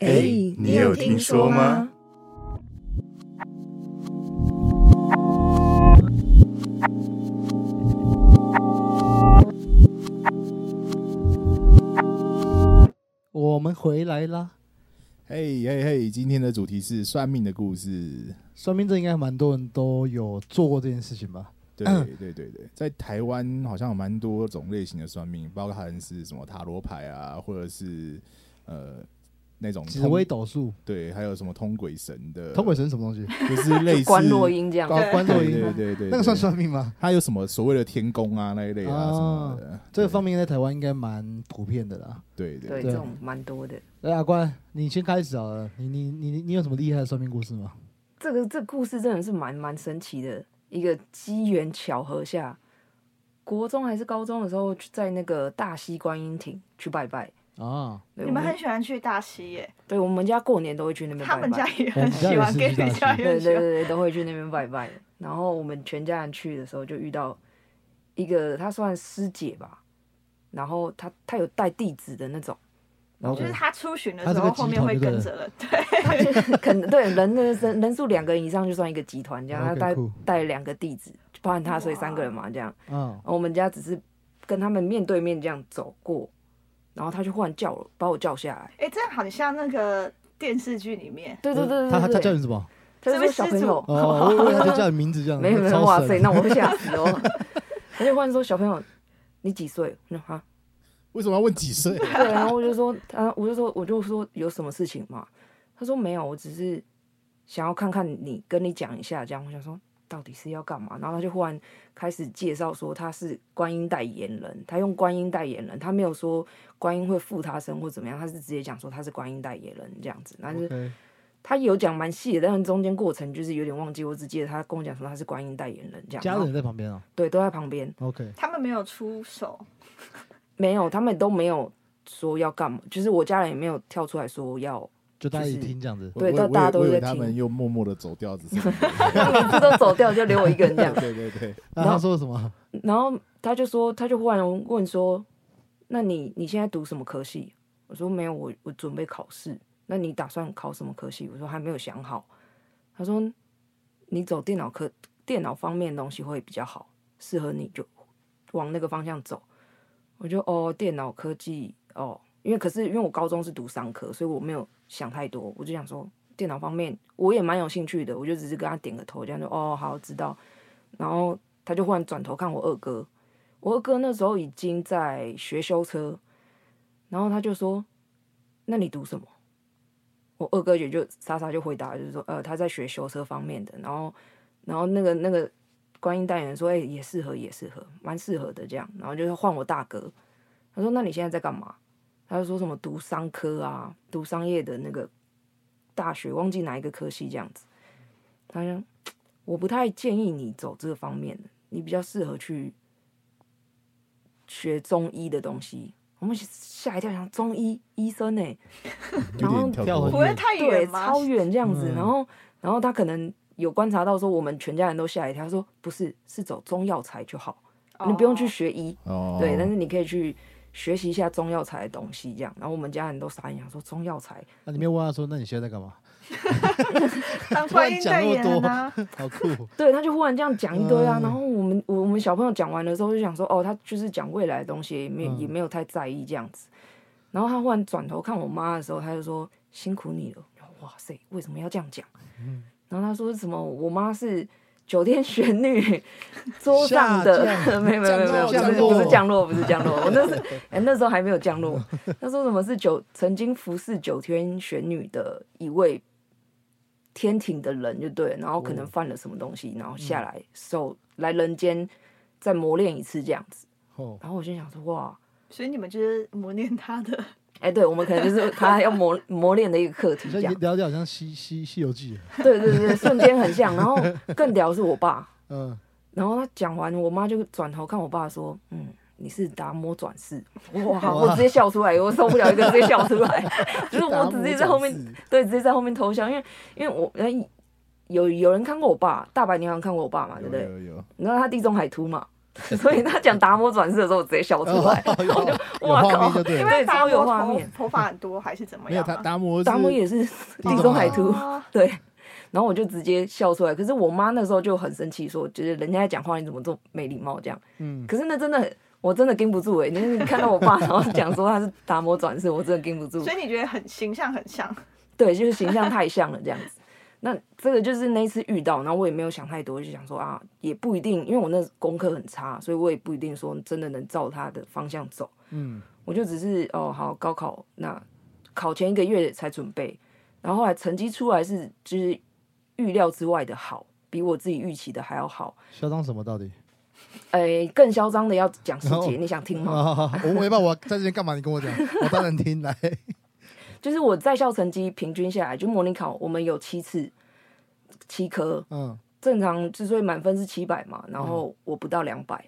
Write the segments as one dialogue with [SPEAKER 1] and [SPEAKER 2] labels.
[SPEAKER 1] 哎，你有听说吗？
[SPEAKER 2] 我们回来啦！
[SPEAKER 3] 嘿嘿嘿，今天的主题是算命的故事。
[SPEAKER 2] 算命这应该蛮多人都有做过这件事情吧？
[SPEAKER 3] 对对对对，在台湾好像有蛮多种类型的算命，包含是什么塔罗牌啊，或者是呃那种
[SPEAKER 2] 紫微斗数、
[SPEAKER 3] 对，还有什么通鬼神的
[SPEAKER 2] 通鬼神什么东西？
[SPEAKER 3] 就是 类似
[SPEAKER 4] 关落音这样。
[SPEAKER 2] 关关洛
[SPEAKER 3] 对
[SPEAKER 2] 音
[SPEAKER 3] 对对对，
[SPEAKER 2] 那个算算命吗？
[SPEAKER 3] 他有什么所谓的天宫啊那一类啊
[SPEAKER 2] 哦
[SPEAKER 3] 什么的，
[SPEAKER 2] 这个方面在台湾应该蛮普遍的啦。
[SPEAKER 3] 对
[SPEAKER 4] 对，
[SPEAKER 3] 对对
[SPEAKER 2] 对
[SPEAKER 4] 这种蛮多的。
[SPEAKER 2] 哎，阿关，你先开始好了。你你你你你有什么厉害的算命故事吗？
[SPEAKER 4] 这个这故事真的是蛮蛮神奇的，一个机缘巧合下，国中还是高中的时候，在那个大溪观音亭去拜拜。
[SPEAKER 2] 啊，
[SPEAKER 4] 对
[SPEAKER 5] 你们很喜欢去大溪耶，
[SPEAKER 4] 对我们家过年都会去那边
[SPEAKER 5] 他
[SPEAKER 4] 拜
[SPEAKER 5] 们
[SPEAKER 4] 拜
[SPEAKER 5] 家，也很喜欢，跟你家
[SPEAKER 4] 对
[SPEAKER 5] 也啊很
[SPEAKER 4] 对
[SPEAKER 5] 喜
[SPEAKER 4] 对
[SPEAKER 5] 欢。
[SPEAKER 4] 对，都会去那边拜拜。然后我们全家人去的时候，就遇到一个她算师姐吧，然后她她有带弟子的那种，
[SPEAKER 2] 然后
[SPEAKER 5] 就是他出巡的
[SPEAKER 2] 他
[SPEAKER 5] 时
[SPEAKER 2] 这
[SPEAKER 5] 候，
[SPEAKER 2] 个
[SPEAKER 5] 后面会
[SPEAKER 2] 集团就对了
[SPEAKER 5] 跟着了。对，
[SPEAKER 4] 他就 可能对人的人人数两个人以上就算一个集团这样，他
[SPEAKER 2] OK，
[SPEAKER 4] 带
[SPEAKER 2] cool
[SPEAKER 4] 带两个弟子，包含他，所以三个人嘛这样。
[SPEAKER 2] 啊，
[SPEAKER 4] 我们家只是跟他们面对面这样走过，然后他就忽然叫了，把我叫下
[SPEAKER 2] 嗯
[SPEAKER 4] 来。
[SPEAKER 5] 哎，这样好像那个电视剧里面，
[SPEAKER 4] 对对对对对，
[SPEAKER 2] 他他他叫
[SPEAKER 4] 对
[SPEAKER 2] 你什么？
[SPEAKER 4] 他
[SPEAKER 5] 这
[SPEAKER 4] 说
[SPEAKER 5] 位
[SPEAKER 4] 小
[SPEAKER 5] 施
[SPEAKER 4] 朋
[SPEAKER 5] 主
[SPEAKER 4] 友，
[SPEAKER 2] 哦，我以为他就叫你名字这样，
[SPEAKER 4] 没有没有，
[SPEAKER 2] 超
[SPEAKER 4] 哇
[SPEAKER 2] 神
[SPEAKER 4] 塞，那我会吓死哦。他就忽然说小朋友，你几岁？我说啊，
[SPEAKER 3] 为什么要问几 岁？
[SPEAKER 4] 对，然后我就说，啊，我就说，我就说有什么事情嘛？他说没有，我只是想要看看你，跟你讲一下这样。我想说到底是要干嘛？然后他就忽然开始介绍说他是观音代言人，他用观音代言人，他没有说观音会附他身或怎么样，他是直接讲说他是观音代言人这样子。但是
[SPEAKER 2] OK，
[SPEAKER 4] 他有讲蛮细的，但是中间过程就是有点忘记，我只记得他跟我讲说他是观音代言人这样。
[SPEAKER 2] 家
[SPEAKER 4] 然后
[SPEAKER 2] 人在旁边啊。
[SPEAKER 4] 对都在旁边，
[SPEAKER 2] OK，
[SPEAKER 5] 他们没有出手，
[SPEAKER 4] 没有，他们都没有说要干嘛，就是我家人也没有跳出来说要。
[SPEAKER 2] 就大家一起
[SPEAKER 4] 就是
[SPEAKER 2] 听这样子。
[SPEAKER 3] 我
[SPEAKER 4] 对
[SPEAKER 3] 我
[SPEAKER 4] 大大家都
[SPEAKER 3] 我以为
[SPEAKER 4] 在
[SPEAKER 3] 他
[SPEAKER 4] 听
[SPEAKER 3] 们又默默的走掉，只是
[SPEAKER 4] 不都走掉，就留我一个人这样。
[SPEAKER 3] 对对对，
[SPEAKER 2] 那他说什么？
[SPEAKER 4] 然后他就说，他就忽然问说：“那你你现在读什么科系？”我说：“没有，我我准备考试。”那你打算考什么科系？我说还没有想好。他说：“你走电脑科，电脑方面的东西会比较好，适合你就往那个方向走。”我就哦，电脑科技哦，因为可是因为我高中是读商科，所以我没有想太多，我就想说电脑方面我也蛮有兴趣的，我就只是跟他点个头，这样就哦好知道。然后他就忽然转头看我二哥，我二哥那时候已经在学修车，然后他就说：“那你读什么？”我二哥也就傻傻就回答，就是说：“呃，他在学修车方面的。”然后，然后那个那个观音代言人说：“哎、也适合，也适合，蛮适合的这样。”然后就是换我大哥，他说：“那你现在在干嘛？”他就说什么读商科啊，读商业的那个大学，忘记哪一个科系这样子。他说：“我不太建议你走这方面的，你比较适合去学中医的东西。我们吓一跳，想中医医生欸呢、
[SPEAKER 3] 有点跳
[SPEAKER 2] 跳
[SPEAKER 3] 脱
[SPEAKER 2] 回
[SPEAKER 5] 不会太
[SPEAKER 4] 对，
[SPEAKER 5] 远吗？
[SPEAKER 4] 超远这样子。
[SPEAKER 2] 嗯
[SPEAKER 4] 然后，然后他可能有观察到说，我们全家人都吓一跳，他说不是，是走中药材就好，
[SPEAKER 5] 哦
[SPEAKER 4] 你不用去学医。
[SPEAKER 3] 哦，
[SPEAKER 4] 对，但是你可以去学习一下中药材的东西，这样。然后我们家人都傻眼，想说中药材
[SPEAKER 2] 那你没有问他说，那你现在在干嘛？
[SPEAKER 5] 当观音代言人啊，
[SPEAKER 2] 好酷，
[SPEAKER 4] 对，他就忽然这样讲一堆啊，
[SPEAKER 2] 嗯
[SPEAKER 4] 然后我们我我们小朋友讲完的时候就想说，哦，他就是讲未来的东西，也没、
[SPEAKER 2] 嗯
[SPEAKER 4] 也没有太在意这样子。然后他忽然转头看我妈的时候，他就说辛苦你了。哇塞，为什么要这样讲？
[SPEAKER 2] 嗯
[SPEAKER 4] 然后他说什么？我妈是九天玄女 桌上的
[SPEAKER 2] 下，降
[SPEAKER 4] 没有没有没有没有，不
[SPEAKER 2] 降
[SPEAKER 4] 是
[SPEAKER 2] 落
[SPEAKER 4] 不是降落，不是降落，我那是哎、那时候还没有降落。他说什么是九曾经服侍九天玄女的一位天庭的人，就对了，然后可能犯了什么东西，然后下来受来人间再磨练一次这样子。
[SPEAKER 2] 哦，
[SPEAKER 4] 然后我就想说哇，
[SPEAKER 5] 所以你们就是磨练他的。
[SPEAKER 4] 哎、对我们可能就是他要磨磨练的一个课题
[SPEAKER 2] 你
[SPEAKER 4] 这
[SPEAKER 2] 现在
[SPEAKER 4] 样。
[SPEAKER 2] 聊得好像《西西西游记》，
[SPEAKER 4] 对对对，瞬间很像。然后更屌的是我爸，
[SPEAKER 2] 嗯，
[SPEAKER 4] 然后他讲完，我妈就转头看我爸说：“嗯，你是达摩转 世。”哇，我直接笑出来，我受不了一个直接笑出来，就是我直接在后面，对，直接在后面偷笑，因为因为我呃有有人看过我爸，大白你好像看过我爸嘛，对
[SPEAKER 3] 有
[SPEAKER 4] 不对？
[SPEAKER 3] 有有，
[SPEAKER 4] 你知道他地中海秃嘛？所以他讲达摩转世的时候，我直接笑出来。
[SPEAKER 2] 哦有
[SPEAKER 4] 哇
[SPEAKER 2] 画面
[SPEAKER 4] 靠
[SPEAKER 2] 就！对
[SPEAKER 5] 因
[SPEAKER 2] 了。
[SPEAKER 5] 为
[SPEAKER 4] 对
[SPEAKER 5] 达
[SPEAKER 4] 超有
[SPEAKER 5] 摩
[SPEAKER 4] 画
[SPEAKER 5] 头
[SPEAKER 4] 面
[SPEAKER 5] 头发很多还是怎么
[SPEAKER 3] 没有
[SPEAKER 5] 样
[SPEAKER 3] 他
[SPEAKER 5] 啊？
[SPEAKER 3] 达摩是
[SPEAKER 4] 达摩也是
[SPEAKER 3] 地
[SPEAKER 4] 地
[SPEAKER 3] 中
[SPEAKER 4] 中
[SPEAKER 3] 海
[SPEAKER 4] 海秃，
[SPEAKER 5] 哦
[SPEAKER 4] 对。然后我就直接笑出来。可是我妈那时候就很生气，说：“觉得人家在讲话，你怎么这么没礼貌？”这样。
[SPEAKER 2] 嗯，
[SPEAKER 4] 可是那真的很，我真的跟不住哎、欸！你看到我爸，然后讲说他是达摩转世，我真的跟不住
[SPEAKER 5] 所。以你觉得很形象很像，
[SPEAKER 4] 对，就是形象太像了这样子。 那这个就是那一次遇到，然后我也没有想太多，就想说啊，也不一定，因为我那功课很差，所以我也不一定说真的能照他的方向走。
[SPEAKER 2] 嗯，
[SPEAKER 4] 我就只是哦，好，高考那考前一个月才准备，然后后来成绩出来是就是预料之外的好，比我自己预期的还要好。
[SPEAKER 2] 嚣张什么到底？
[SPEAKER 4] 诶、更嚣张的要讲细
[SPEAKER 2] 然后
[SPEAKER 4] 节，你想听吗？
[SPEAKER 2] 啊，我我也不知道我在这边干嘛，你跟我讲，我当然听来。
[SPEAKER 4] 就是我在校成绩平均下来，就模拟考我们有七次七科，
[SPEAKER 2] 嗯，
[SPEAKER 4] 正常之所以满分是七百嘛，然后我不到两百，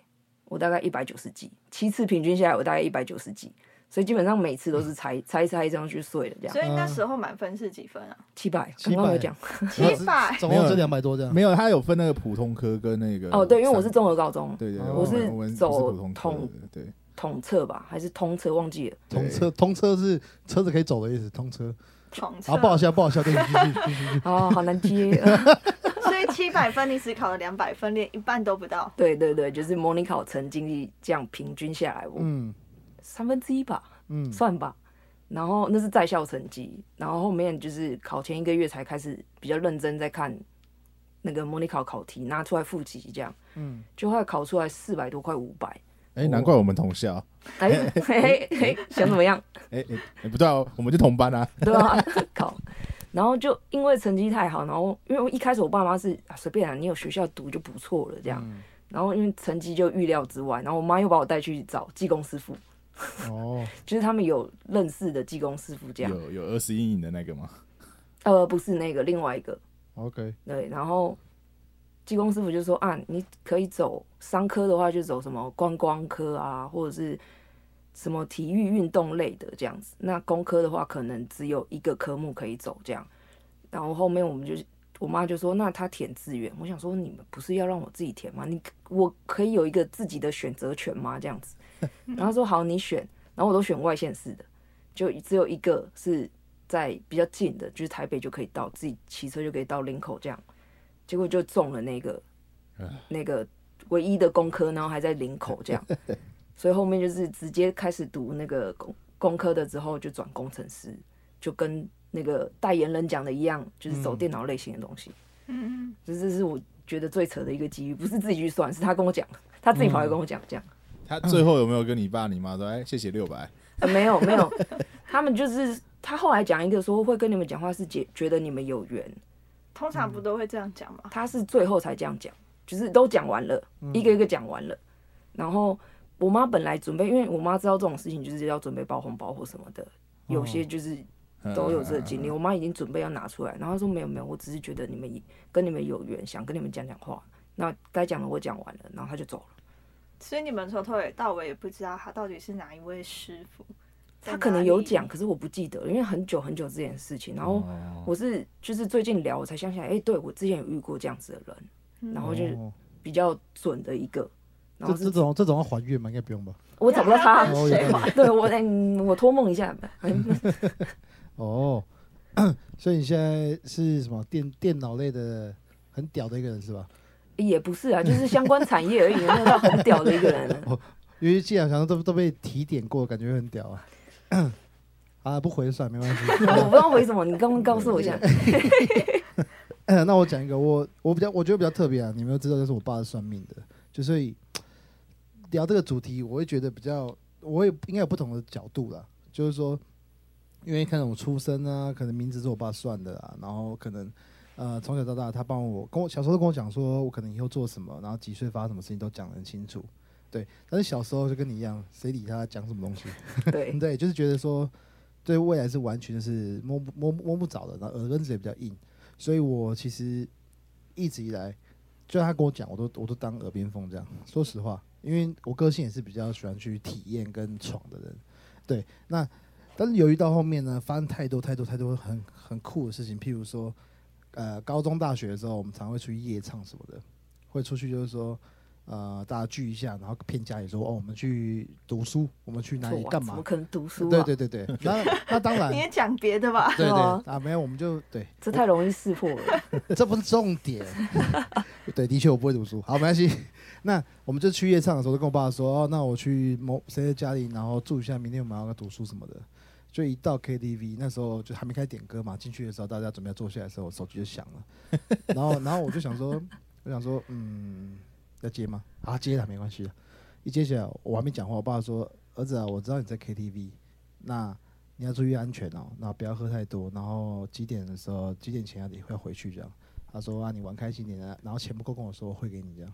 [SPEAKER 4] 我大概一百九十几，七次平均下来我大概一百九十几，所以基本上每次都是猜猜一猜这样去睡的这样
[SPEAKER 5] 所，以那时候满分是几分啊？
[SPEAKER 4] 七百，
[SPEAKER 2] 700
[SPEAKER 4] 刚刚有讲
[SPEAKER 5] 七百
[SPEAKER 2] 总共就两百多这样。
[SPEAKER 3] 没有，他有分那个普通科跟那个
[SPEAKER 4] 哦，对，因为我是
[SPEAKER 3] 三
[SPEAKER 4] 综合高中
[SPEAKER 3] 对对，
[SPEAKER 2] 哦
[SPEAKER 3] 我们
[SPEAKER 2] 我
[SPEAKER 4] 是
[SPEAKER 3] 我们不
[SPEAKER 4] 走
[SPEAKER 3] 普通科
[SPEAKER 4] 统
[SPEAKER 3] 的，对
[SPEAKER 4] 统测吧，还是通测忘记了，
[SPEAKER 2] 通车，通车是车子可以走的意思，通车。
[SPEAKER 5] 重测
[SPEAKER 2] 好，，哦不好笑，不好笑，对，继续继续继续。
[SPEAKER 4] 哦，好难 接，
[SPEAKER 5] 所以七百分你只考了两百分，连一半都不到。
[SPEAKER 4] 对对对，就是模拟考成绩这样平均下来，我
[SPEAKER 2] 嗯
[SPEAKER 4] 三分之一吧，
[SPEAKER 2] 嗯，
[SPEAKER 4] 算吧。然后那是在校成绩，然后后面就是考前一个月才开始比较认真在看那个模拟考考题，拿出来复习这样，
[SPEAKER 2] 嗯，
[SPEAKER 4] 就后来考出来四百多块五 百，
[SPEAKER 3] 哎，难怪我们同校，
[SPEAKER 4] 哎嘿嘿嘿，想怎么样？
[SPEAKER 3] 哎哎哎，不对哦，我们就同班啊，
[SPEAKER 4] 对吧、 啊？考，然后就因为成绩太好，然后因为一开始我爸妈是啊随便啊，你有学校读就不错了这样，
[SPEAKER 2] 嗯
[SPEAKER 4] 然后因为成绩就预料之外，然后我妈又把我带去找技工师傅，
[SPEAKER 2] 哦，
[SPEAKER 4] 就是他们有认识的技工师傅这样，
[SPEAKER 3] 有有儿时阴影的那个吗？
[SPEAKER 4] 呃，不是那个另外一个，
[SPEAKER 2] OK，
[SPEAKER 4] 对，然后技工师傅就说啊，你可以走商科的话，就走什么观光科啊，或者是什么体育运动类的这样子。那工科的话，可能只有一个科目可以走这样。然后后面我们就我妈就说，那她填志愿。我想说，你们不是要让我自己填吗？你我可以有一个自己的选择权吗？这样子。然后她说好，你选。然后我都选外县市的，就只有一个是在比较近的，就是台北就可以到，自己骑车就可以到林口这样。结果就中了那个那个唯一的工科，然后还在林口这样，所以后面就是直接开始读那个工工科的之后，就转工程师，就跟那个代言人讲的一样，就是走电脑类型的东西。
[SPEAKER 5] 嗯，
[SPEAKER 4] 这这是我觉得最扯的一个机遇，不是自己去算，是他跟我讲，他自己跑来跟我讲这样。
[SPEAKER 3] 他最后有没有跟你爸你妈说，哎，谢谢六百？
[SPEAKER 4] 呃，没有没有，他们就是他后来讲一个说会跟你们讲话是觉觉得你们有缘，
[SPEAKER 5] 通常
[SPEAKER 4] 嗯
[SPEAKER 5] 不都会这样讲吗？
[SPEAKER 4] 他是最后才这样讲，就是都讲完了，一个一个讲完了。然后我妈本来准备，因为我妈知道这种事情就是要准备包红包或什么的，有些就是
[SPEAKER 3] 嗯
[SPEAKER 4] 都有这个经历。我妈已经准备要拿出来，然后她说没有没有，我只是觉得你们跟你们有缘，想跟你们讲讲话。那该讲的我讲完了，然后她就走了。
[SPEAKER 5] 所以你们从头尾到尾也不知道他到底是哪一位师傅。
[SPEAKER 4] 她可能有讲，，可是我不记得，因为很久很久之前的事情。然
[SPEAKER 3] 哦
[SPEAKER 4] 后
[SPEAKER 2] 哦
[SPEAKER 4] 我是就是最近聊，我才想起来，哎、对我之前有遇过这样子的人，然后就是
[SPEAKER 2] 哦
[SPEAKER 4] 比较准的一个。然
[SPEAKER 2] 这
[SPEAKER 4] 后是
[SPEAKER 2] 这种这种要还愿吗？应该不用吧？
[SPEAKER 4] 我找不到他，
[SPEAKER 2] 哦有道理
[SPEAKER 4] 对我，嗯，我托梦一下吧。嗯
[SPEAKER 2] 哦，所以你现在是什么电电脑类的很屌的一个人是吧？
[SPEAKER 4] 也不是啊，就是相关产业而已，没有到很屌的一个人。
[SPEAKER 2] 因为既然好像都都被提点过，感觉很屌啊。啊，不回算没关系。
[SPEAKER 4] 我不知道为什么，你刚刚告诉我一下。
[SPEAKER 2] 那我讲一个，我我比较我觉得比较特别啊，你们都知道，这是我爸是算命的，就所以聊这个主题，我会觉得比较，我也应该有不同的角度啦。就是说，因为看我出生啊，可能名字是我爸算的啊，然后可能呃从小到大，他帮我跟我小时候跟我讲说，我可能以后做什么，然后几岁发生什么事情都讲得很清楚。对，但是小时候就跟你一样，谁理他讲什么东西？
[SPEAKER 4] 对，
[SPEAKER 2] 对，就是觉得说对未来是完全就是摸不摸摸不着的，然后耳根子也比较硬，所以我其实一直以来，就他跟我讲，我都我都当耳边风这样。说实话，因为我个性也是比较喜欢去体验跟闯的人，对。那但是由于到后面呢，发生太多太多太多很很酷的事情，譬如说，呃，高中大学的时候，我们常会出去夜唱什么的，会出去就是说。呃大家聚一下，然后骗家里说哦我们去读书，我们去 哪里
[SPEAKER 4] 错啊
[SPEAKER 2] 干
[SPEAKER 4] 怎
[SPEAKER 2] 嘛
[SPEAKER 4] 么？可能读书啊？
[SPEAKER 2] 对对 对对，那那当然
[SPEAKER 5] 你，也讲别的吧？
[SPEAKER 2] 对对
[SPEAKER 4] 哦
[SPEAKER 2] 啊没有我们就对，
[SPEAKER 4] 这太容易识破了。
[SPEAKER 2] 这不是重 点。对，的确我不会读书。好，没关系。 那我们就去夜唱的时候，就跟我爸说，哦，那我去某谁的家里，然后住一下，明天我们要读书什么的。就一到 KTV，那时候就还没开始点歌嘛，进去的时候大家准备要坐下来的时候，我手机就响了。然后，然后我就想说，我想说，嗯，要接吗？啊，接了，没关系的。一接起来，我还没讲话，我爸说：“儿子啊，我知道你在 KTV，那你要注意安全哦，那不要喝太多，然后几点的时候，几点前要要回去这样。”他说：“啊，你玩开心点啊，然后钱不够跟我说，我会给你这样。”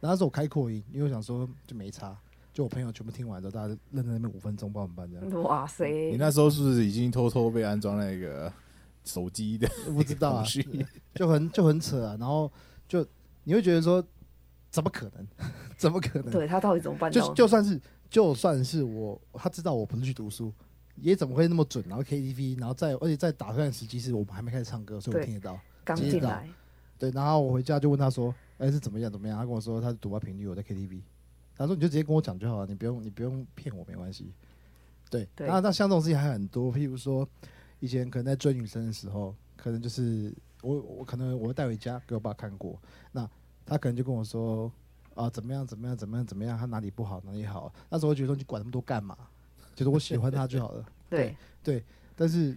[SPEAKER 2] 然后那时候我开扩音，因为我想说就没差，就我朋友全部听完之后，大家愣在那边五分钟，不知道怎么办这样。
[SPEAKER 4] 哇塞，
[SPEAKER 3] 你那时候是不是已经偷偷被安装那个手机的？
[SPEAKER 2] 不知道啊
[SPEAKER 3] 东西，
[SPEAKER 2] 就很就很扯啊，然后就你会觉得说，怎么可能？ 怎么可能？
[SPEAKER 4] 对他到底怎么办到
[SPEAKER 2] 就
[SPEAKER 4] 的？
[SPEAKER 2] 就算是就算是我，他知道我不是去读书，也怎么会那么准？然后 KTV，然后再而且在打算的时机是我们还没开始唱歌，所以我
[SPEAKER 4] 对
[SPEAKER 2] 听得到。
[SPEAKER 4] 刚
[SPEAKER 2] 接
[SPEAKER 4] 进
[SPEAKER 2] 到
[SPEAKER 4] 来，
[SPEAKER 2] 对，然后我回家就问他说：“哎、是怎么样怎么样？”他跟我说他是赌博频率，我在 KTV。他说：“你就直接跟我讲就好了，你不用你不用骗我，没关系。”对，
[SPEAKER 4] 对
[SPEAKER 2] 那那像这种事情还很多，譬如说以前可能在追女生的时候，可能就是我我可能我带回家给我爸看过，那他可能就跟我说啊怎么样怎么样怎么样怎么样，他哪里不好哪里好，那时候我就觉得说你管那么多干嘛？就是我喜欢他就好了。
[SPEAKER 4] 对，
[SPEAKER 2] 但是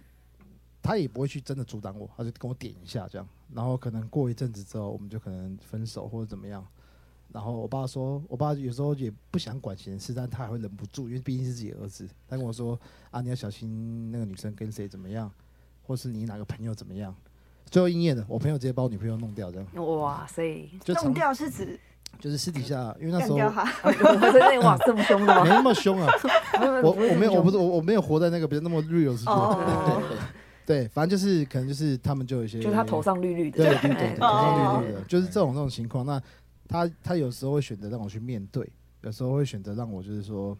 [SPEAKER 2] 他也不会去真的阻挡我，他就跟我点一下这样，然后可能过一阵子之后，我们就可能分手或者怎么样。然后我爸说，我爸有时候也不想管闲事，但他还会忍不住，因为毕竟是自己的儿子。他跟我说啊，你要小心那个女生跟谁怎么样，或是你哪个朋友怎么样。最后应验了，我朋友直接把我女朋友弄掉，这样
[SPEAKER 4] 哇塞，
[SPEAKER 2] 就
[SPEAKER 5] 弄
[SPEAKER 2] 从
[SPEAKER 5] 掉是指
[SPEAKER 2] 就是私底下，因为那
[SPEAKER 5] 干
[SPEAKER 2] 时候
[SPEAKER 5] 掉
[SPEAKER 2] 没
[SPEAKER 5] 他，
[SPEAKER 4] 我真 的哇这么凶的吗？
[SPEAKER 2] 那么凶啊， 我我没有我不
[SPEAKER 4] 是
[SPEAKER 2] 是我我没有活在那个比较那么 real 的世界，
[SPEAKER 5] 哦
[SPEAKER 2] 对对对，反正就是可能就是他们就有一些
[SPEAKER 4] 这么凶，就是他头上绿绿的，
[SPEAKER 2] 对对对对，
[SPEAKER 4] 哎
[SPEAKER 2] 头
[SPEAKER 5] 哦
[SPEAKER 2] 上绿绿
[SPEAKER 4] 对
[SPEAKER 2] 的，就是这种这种情况。那他他有时候会选择让我去面对，有时候会选择让我就是说，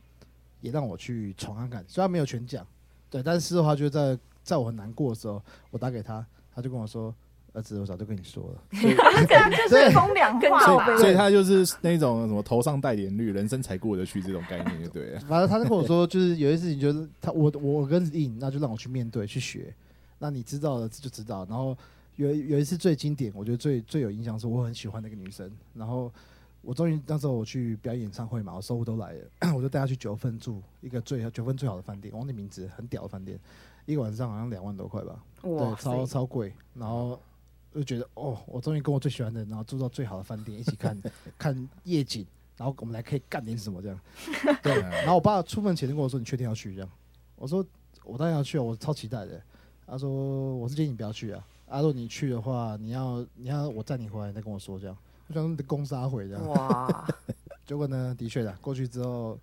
[SPEAKER 2] 也让我去闯看看。虽然没有全讲，对，但是事后他就在在我很难过的时候，我打给他，他就跟我说：“儿子，我早就跟你说了。所以
[SPEAKER 5] 他啊就是
[SPEAKER 2] 对
[SPEAKER 5] 风凉
[SPEAKER 4] 跟
[SPEAKER 5] 话
[SPEAKER 4] 靠
[SPEAKER 5] 嘛
[SPEAKER 4] 背。
[SPEAKER 3] 所以他就是那种什么头上带点绿，人生才过得去这种概念，就对了。
[SPEAKER 2] 反正他就跟我说，就是有些事情，就是他我我跟硬，那就让我去面对去学。那你知道了就知道。然后有有一次最经典，我觉得最最有影响是我很喜欢那个女生。然后我终于那时候我去表演演唱会嘛，我收入都来了， 我就带她去九份住一个最九份最好的饭店，我忘记名字，很屌的饭店，一个晚上好像两万多块吧，
[SPEAKER 4] 哇
[SPEAKER 2] 对，超
[SPEAKER 4] 塞，
[SPEAKER 2] 超贵。然后就觉得哦，我终于跟我最喜欢的人，然后住到最好的饭店，一起看 看夜景，然后我们来可以干点什么这样。对，然后我爸出门前就跟我说：“你确定要去？”这样，我说：“我当然要去啊，我超期待的。”他说：“我是建议你不要去啊。”啊，如果你去的话，你要你要我载你回来，你再跟我说这样。我想说你的攻杀回这样，
[SPEAKER 4] 哇，
[SPEAKER 2] 结果呢，的确的，过去之后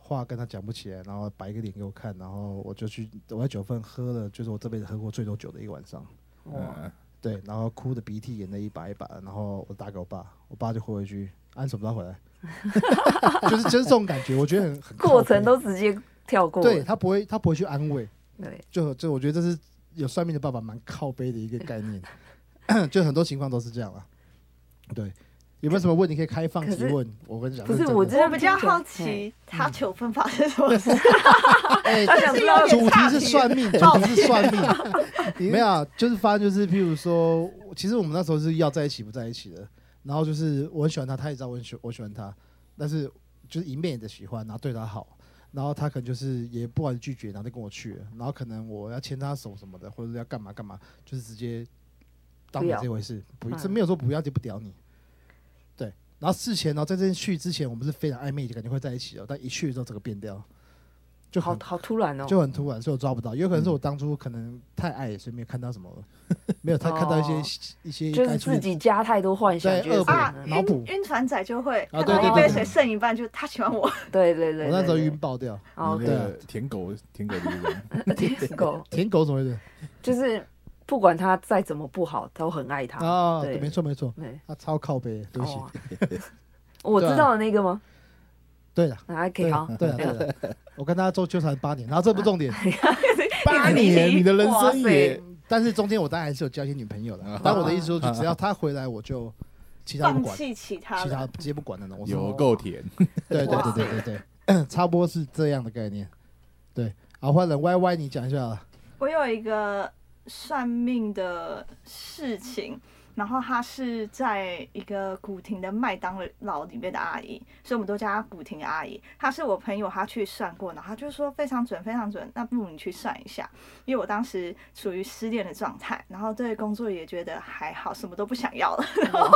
[SPEAKER 2] 话跟他讲不起来，然后摆一个脸给我看，然后我就去，我在九份喝了，就是我这辈子喝过最多酒的一个晚上。
[SPEAKER 3] 嗯，
[SPEAKER 2] 对，然后哭的鼻涕眼泪一把一把，然后我打给我爸，我爸就回一句：“按什么时候回来？” 就是就是这种感觉，我觉得很很靠
[SPEAKER 4] 过
[SPEAKER 2] 北
[SPEAKER 4] 程都直接跳过了，
[SPEAKER 2] 对他不会他不会去安慰，
[SPEAKER 4] 对，
[SPEAKER 2] 就就我觉得这是有算命的爸爸蛮靠背的一个概念， 就很多情况都是这样啦。对，有没有什么问题可以开放
[SPEAKER 4] 可
[SPEAKER 2] 提
[SPEAKER 4] 是
[SPEAKER 2] 问？我跟你讲，
[SPEAKER 4] 不
[SPEAKER 2] 这
[SPEAKER 4] 是
[SPEAKER 2] 真
[SPEAKER 4] 我
[SPEAKER 2] 的
[SPEAKER 4] 真
[SPEAKER 5] 我
[SPEAKER 4] 的
[SPEAKER 5] 比较
[SPEAKER 4] 听起来
[SPEAKER 5] 好，奇他求婚发生什么事，
[SPEAKER 4] 嗯
[SPEAKER 2] 哎，
[SPEAKER 4] 他想知道
[SPEAKER 2] 主题是算 命，主题是算命，没有啊，就是发现就是，譬如说，其实我们那时候是要在一起不在一起的，然后就是我很喜欢他，他也知道我很喜我喜欢他，但是就是一面的喜欢，然后对他好，然后他可能就是也不管拒绝，然后就跟我去了，然后可能我要牵他手什么的，或者是要干嘛干嘛，就是直接当没这回事，不
[SPEAKER 4] 嗯
[SPEAKER 2] 是没有说不要就不屌你。对，然后事前，然后在这去之前，我们是非常暧昧，就感觉会在一起哦，但一去之后整个变掉，就很
[SPEAKER 4] 好好突然哦，嗯
[SPEAKER 2] 就很突然，所以我抓不到。有可能是我当初可能太爱，所以没有看到什么， 没有太看到一
[SPEAKER 4] 哦
[SPEAKER 2] 些一些
[SPEAKER 4] 就
[SPEAKER 2] 该
[SPEAKER 4] 是
[SPEAKER 2] 出
[SPEAKER 4] 自己加太多幻想，
[SPEAKER 2] 对
[SPEAKER 4] 觉得
[SPEAKER 2] 恶补
[SPEAKER 4] 是
[SPEAKER 5] 啊
[SPEAKER 4] 可，能
[SPEAKER 2] 脑补
[SPEAKER 5] 晕晕船仔就会
[SPEAKER 2] 啊
[SPEAKER 5] 看
[SPEAKER 2] 对
[SPEAKER 5] 到
[SPEAKER 2] 对
[SPEAKER 5] 一
[SPEAKER 2] 对
[SPEAKER 5] 杯
[SPEAKER 2] 对
[SPEAKER 5] 水剩一半，就他喜欢我，
[SPEAKER 4] 对对对，
[SPEAKER 2] 我那时候
[SPEAKER 4] 对
[SPEAKER 2] 晕，爆掉。
[SPEAKER 4] 哦
[SPEAKER 3] 你那个舔狗，舔狗就是这 样。
[SPEAKER 4] 对，舔狗
[SPEAKER 2] 舔狗怎么的
[SPEAKER 4] 就是不管他再怎么不好，都很爱他，
[SPEAKER 2] 啊？
[SPEAKER 4] 对
[SPEAKER 2] 没错没错，
[SPEAKER 4] 对，
[SPEAKER 2] 他超靠背，对不起
[SPEAKER 4] 哦。我知道的那个吗？
[SPEAKER 2] 对了，
[SPEAKER 4] 还可
[SPEAKER 2] 对
[SPEAKER 4] 以
[SPEAKER 2] 了
[SPEAKER 4] 好，啊
[SPEAKER 2] 对啊 了对了，我跟他纠纠缠八年，然后这不重点，
[SPEAKER 3] 八年，你的人生也
[SPEAKER 2] 但是中间我当然还是有交一些女朋友的。但我的意思说，就只要他回来，我就其他不
[SPEAKER 5] 放
[SPEAKER 2] 管，
[SPEAKER 5] 弃其他
[SPEAKER 2] 其
[SPEAKER 5] 人
[SPEAKER 2] 他直接不管那种。 我是
[SPEAKER 3] 有够甜，
[SPEAKER 2] 对对
[SPEAKER 5] 哇
[SPEAKER 2] 对对对对， 插播是这样的概念。对，好，换人 Y Y，你讲一下啦。
[SPEAKER 5] 我有一个算命的事情，然后她是在一个古亭的麦当劳里面的阿姨，所以我们都叫她古亭阿姨。她是我朋友，她去算过，然后她就说非常准，非常准。那不如你去算一下，因为我当时处于失恋的状态，然后对工作也觉得还好，什么都不想要了。然 后，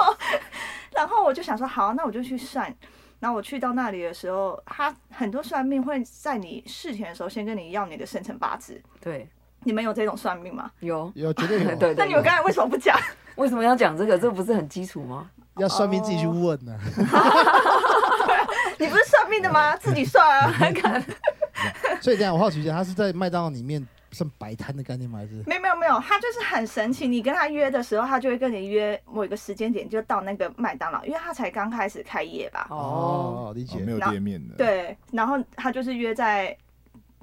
[SPEAKER 5] 然后我就想说，好，那我就去算。然后我去到那里的时候，他很多算命会在你事前的时候先跟你要你的生辰八字，
[SPEAKER 4] 对，
[SPEAKER 5] 你们有这种算命吗？
[SPEAKER 4] 有。
[SPEAKER 2] 有绝 对有，啊
[SPEAKER 4] 对
[SPEAKER 5] 那
[SPEAKER 4] 对
[SPEAKER 5] 你们
[SPEAKER 4] 有
[SPEAKER 5] 刚才为什么不讲？
[SPEAKER 4] 为什么要讲这个？这不是很基础吗？
[SPEAKER 2] 要算命自己去问呢、
[SPEAKER 5] 你不是算命的吗？
[SPEAKER 4] 嗯
[SPEAKER 5] 自己 算啊，
[SPEAKER 4] 哦
[SPEAKER 2] 所以等一下我好奇一下，他是在麦当劳里面算摆摊的概念吗？还是
[SPEAKER 5] 没有没有没有，他就是很神奇。你跟他约的时候，他就会跟你约某一个时间点，就到那个麦当劳，因为他才刚开始开业吧。
[SPEAKER 4] 哦，，
[SPEAKER 2] 理
[SPEAKER 3] 哦
[SPEAKER 2] 解
[SPEAKER 3] 没。有
[SPEAKER 5] 那
[SPEAKER 3] 店面的，，
[SPEAKER 5] 对，然后他就是约在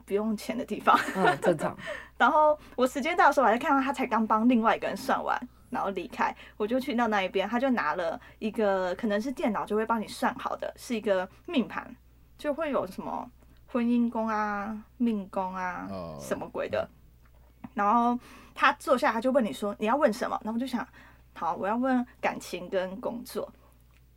[SPEAKER 5] 不用钱的地方。
[SPEAKER 4] 嗯，正常。
[SPEAKER 5] 然后我时间到的时候，我还看到他才刚帮另外一个人算完，然后离开，我就去到那一边，他就拿了一个可能是电脑就会帮你算好的，是一个命盘，就会有什么婚姻宫啊、命宫啊、
[SPEAKER 3] 哦
[SPEAKER 5] 什么鬼的。然后他坐下，他就问你说你要问什么，然后我就想，好，我要问感情跟工作。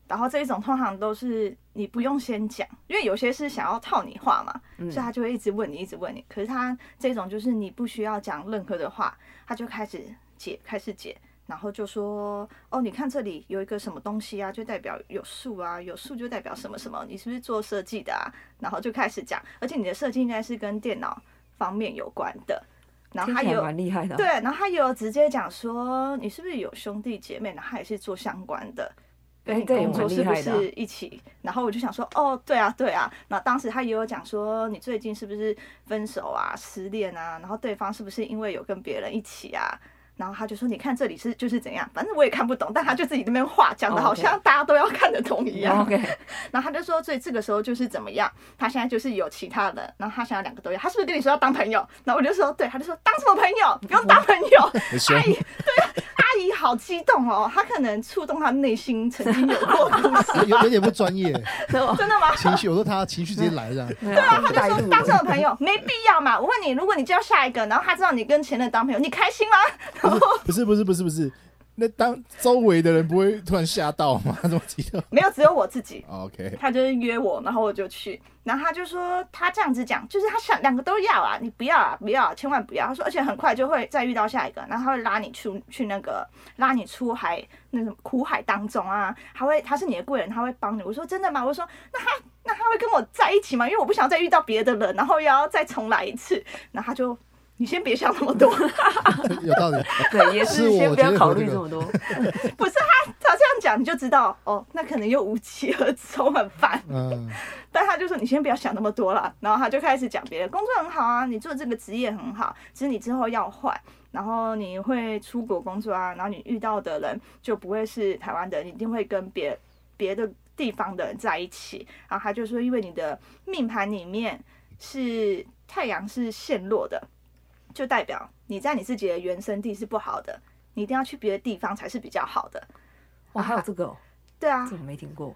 [SPEAKER 5] 然后这一种通常都是你不用先讲，因为有些是想要套你话嘛，
[SPEAKER 4] 嗯
[SPEAKER 5] 所以他就会一直问你，一直问你。可是他这种就是你不需要讲任何的话，他就开始解，开始解，然后就说：“哦，你看这里有一个什么东西啊，就代表有数啊，有数就代表什么什么，你是不是做设计的啊？”然后就开始讲，而且你的设计应该是跟电脑方面有关的。然后
[SPEAKER 4] 听
[SPEAKER 5] 他
[SPEAKER 4] 起来
[SPEAKER 5] 有
[SPEAKER 4] 蛮厉害的啊。
[SPEAKER 5] 对，然后他也有直接讲说你是不是有兄弟姐妹，然后他也是做相关的，跟
[SPEAKER 4] 哎
[SPEAKER 5] 你
[SPEAKER 4] 这也
[SPEAKER 5] 工作
[SPEAKER 4] 蛮厉
[SPEAKER 5] 是不
[SPEAKER 4] 害的啊
[SPEAKER 5] 是一起？然后我就想说，哦，对啊，对啊。然后当时他也有讲说你最近是不是分手啊、失恋啊，然后对方是不是因为有跟别人一起啊？然后他就说：“你看这里是就是怎样，反正我也看不懂，但他就自己那边话讲的
[SPEAKER 4] 哦
[SPEAKER 5] 好
[SPEAKER 4] ，OK 哦
[SPEAKER 5] 像大家都要看得懂一样。
[SPEAKER 4] OK，
[SPEAKER 5] 然后他就说，所以这个时候就是怎么样？他现在就是有其他人，然后他想要两个都要，他是不是跟你说要当朋友？然后我就说，对，他就说当什么朋友？不用当朋友。
[SPEAKER 3] 很凶
[SPEAKER 5] 阿姨，对，阿姨好激动哦，她可能触动她内心曾经有过的故 事，
[SPEAKER 2] 有有有点不专业，
[SPEAKER 5] 真的吗？
[SPEAKER 2] 情绪，我说他情绪直接来这样。
[SPEAKER 4] 对
[SPEAKER 5] 然
[SPEAKER 4] 啊
[SPEAKER 5] 后他就说当什么朋友没必要嘛。我问你，如果你交下一个，然后他知道你跟前任当朋友，你开心吗？
[SPEAKER 3] 不是不是不是不是，那当周围的人不会突然吓到吗？ 怎么激动
[SPEAKER 5] 没有，只有我自己。
[SPEAKER 3] ？OK，
[SPEAKER 5] 他就是约我，然后我就去，然后他就说他这样子讲，就是他想两个都要啊，你不要啊，不要、啊，千万不要。他说，而且很快就会再遇到下一个，然后他会拉你去去那个拉你出海那种苦海当中啊，还会他是你的贵人，他会帮你。我说真的吗？我说那他那他会跟我在一起吗？因为我不想再遇到别的人，然后又要再重来一次。然后他就你先别想那么多，
[SPEAKER 2] 有 道理，
[SPEAKER 4] 对，也
[SPEAKER 2] 是
[SPEAKER 4] 是
[SPEAKER 2] 我
[SPEAKER 4] 先不要
[SPEAKER 2] 觉得
[SPEAKER 4] 考
[SPEAKER 2] 有
[SPEAKER 4] 虑
[SPEAKER 2] 这
[SPEAKER 4] 这
[SPEAKER 2] 个
[SPEAKER 4] 么多。
[SPEAKER 5] 不是他他这样讲你就知道哦，那可能又无疾而终，很烦。
[SPEAKER 2] 嗯，
[SPEAKER 5] 但他就说你先不要想那么多了，然后他就开始讲别的工作很好啊，你做这个职业很好，只是你之后要换，然后你会出国工作啊，然后你遇到的人就不会是台湾的，你一定会跟别别的地方的人在一起。然后他就说，因为你的命盘里面是太阳是陷落的，就代表你在你自己的原生地是不好的，你一定要去别的地方才是比较好的。
[SPEAKER 4] 哇，还有这个哦，
[SPEAKER 5] 对啊，
[SPEAKER 4] 这我没听过。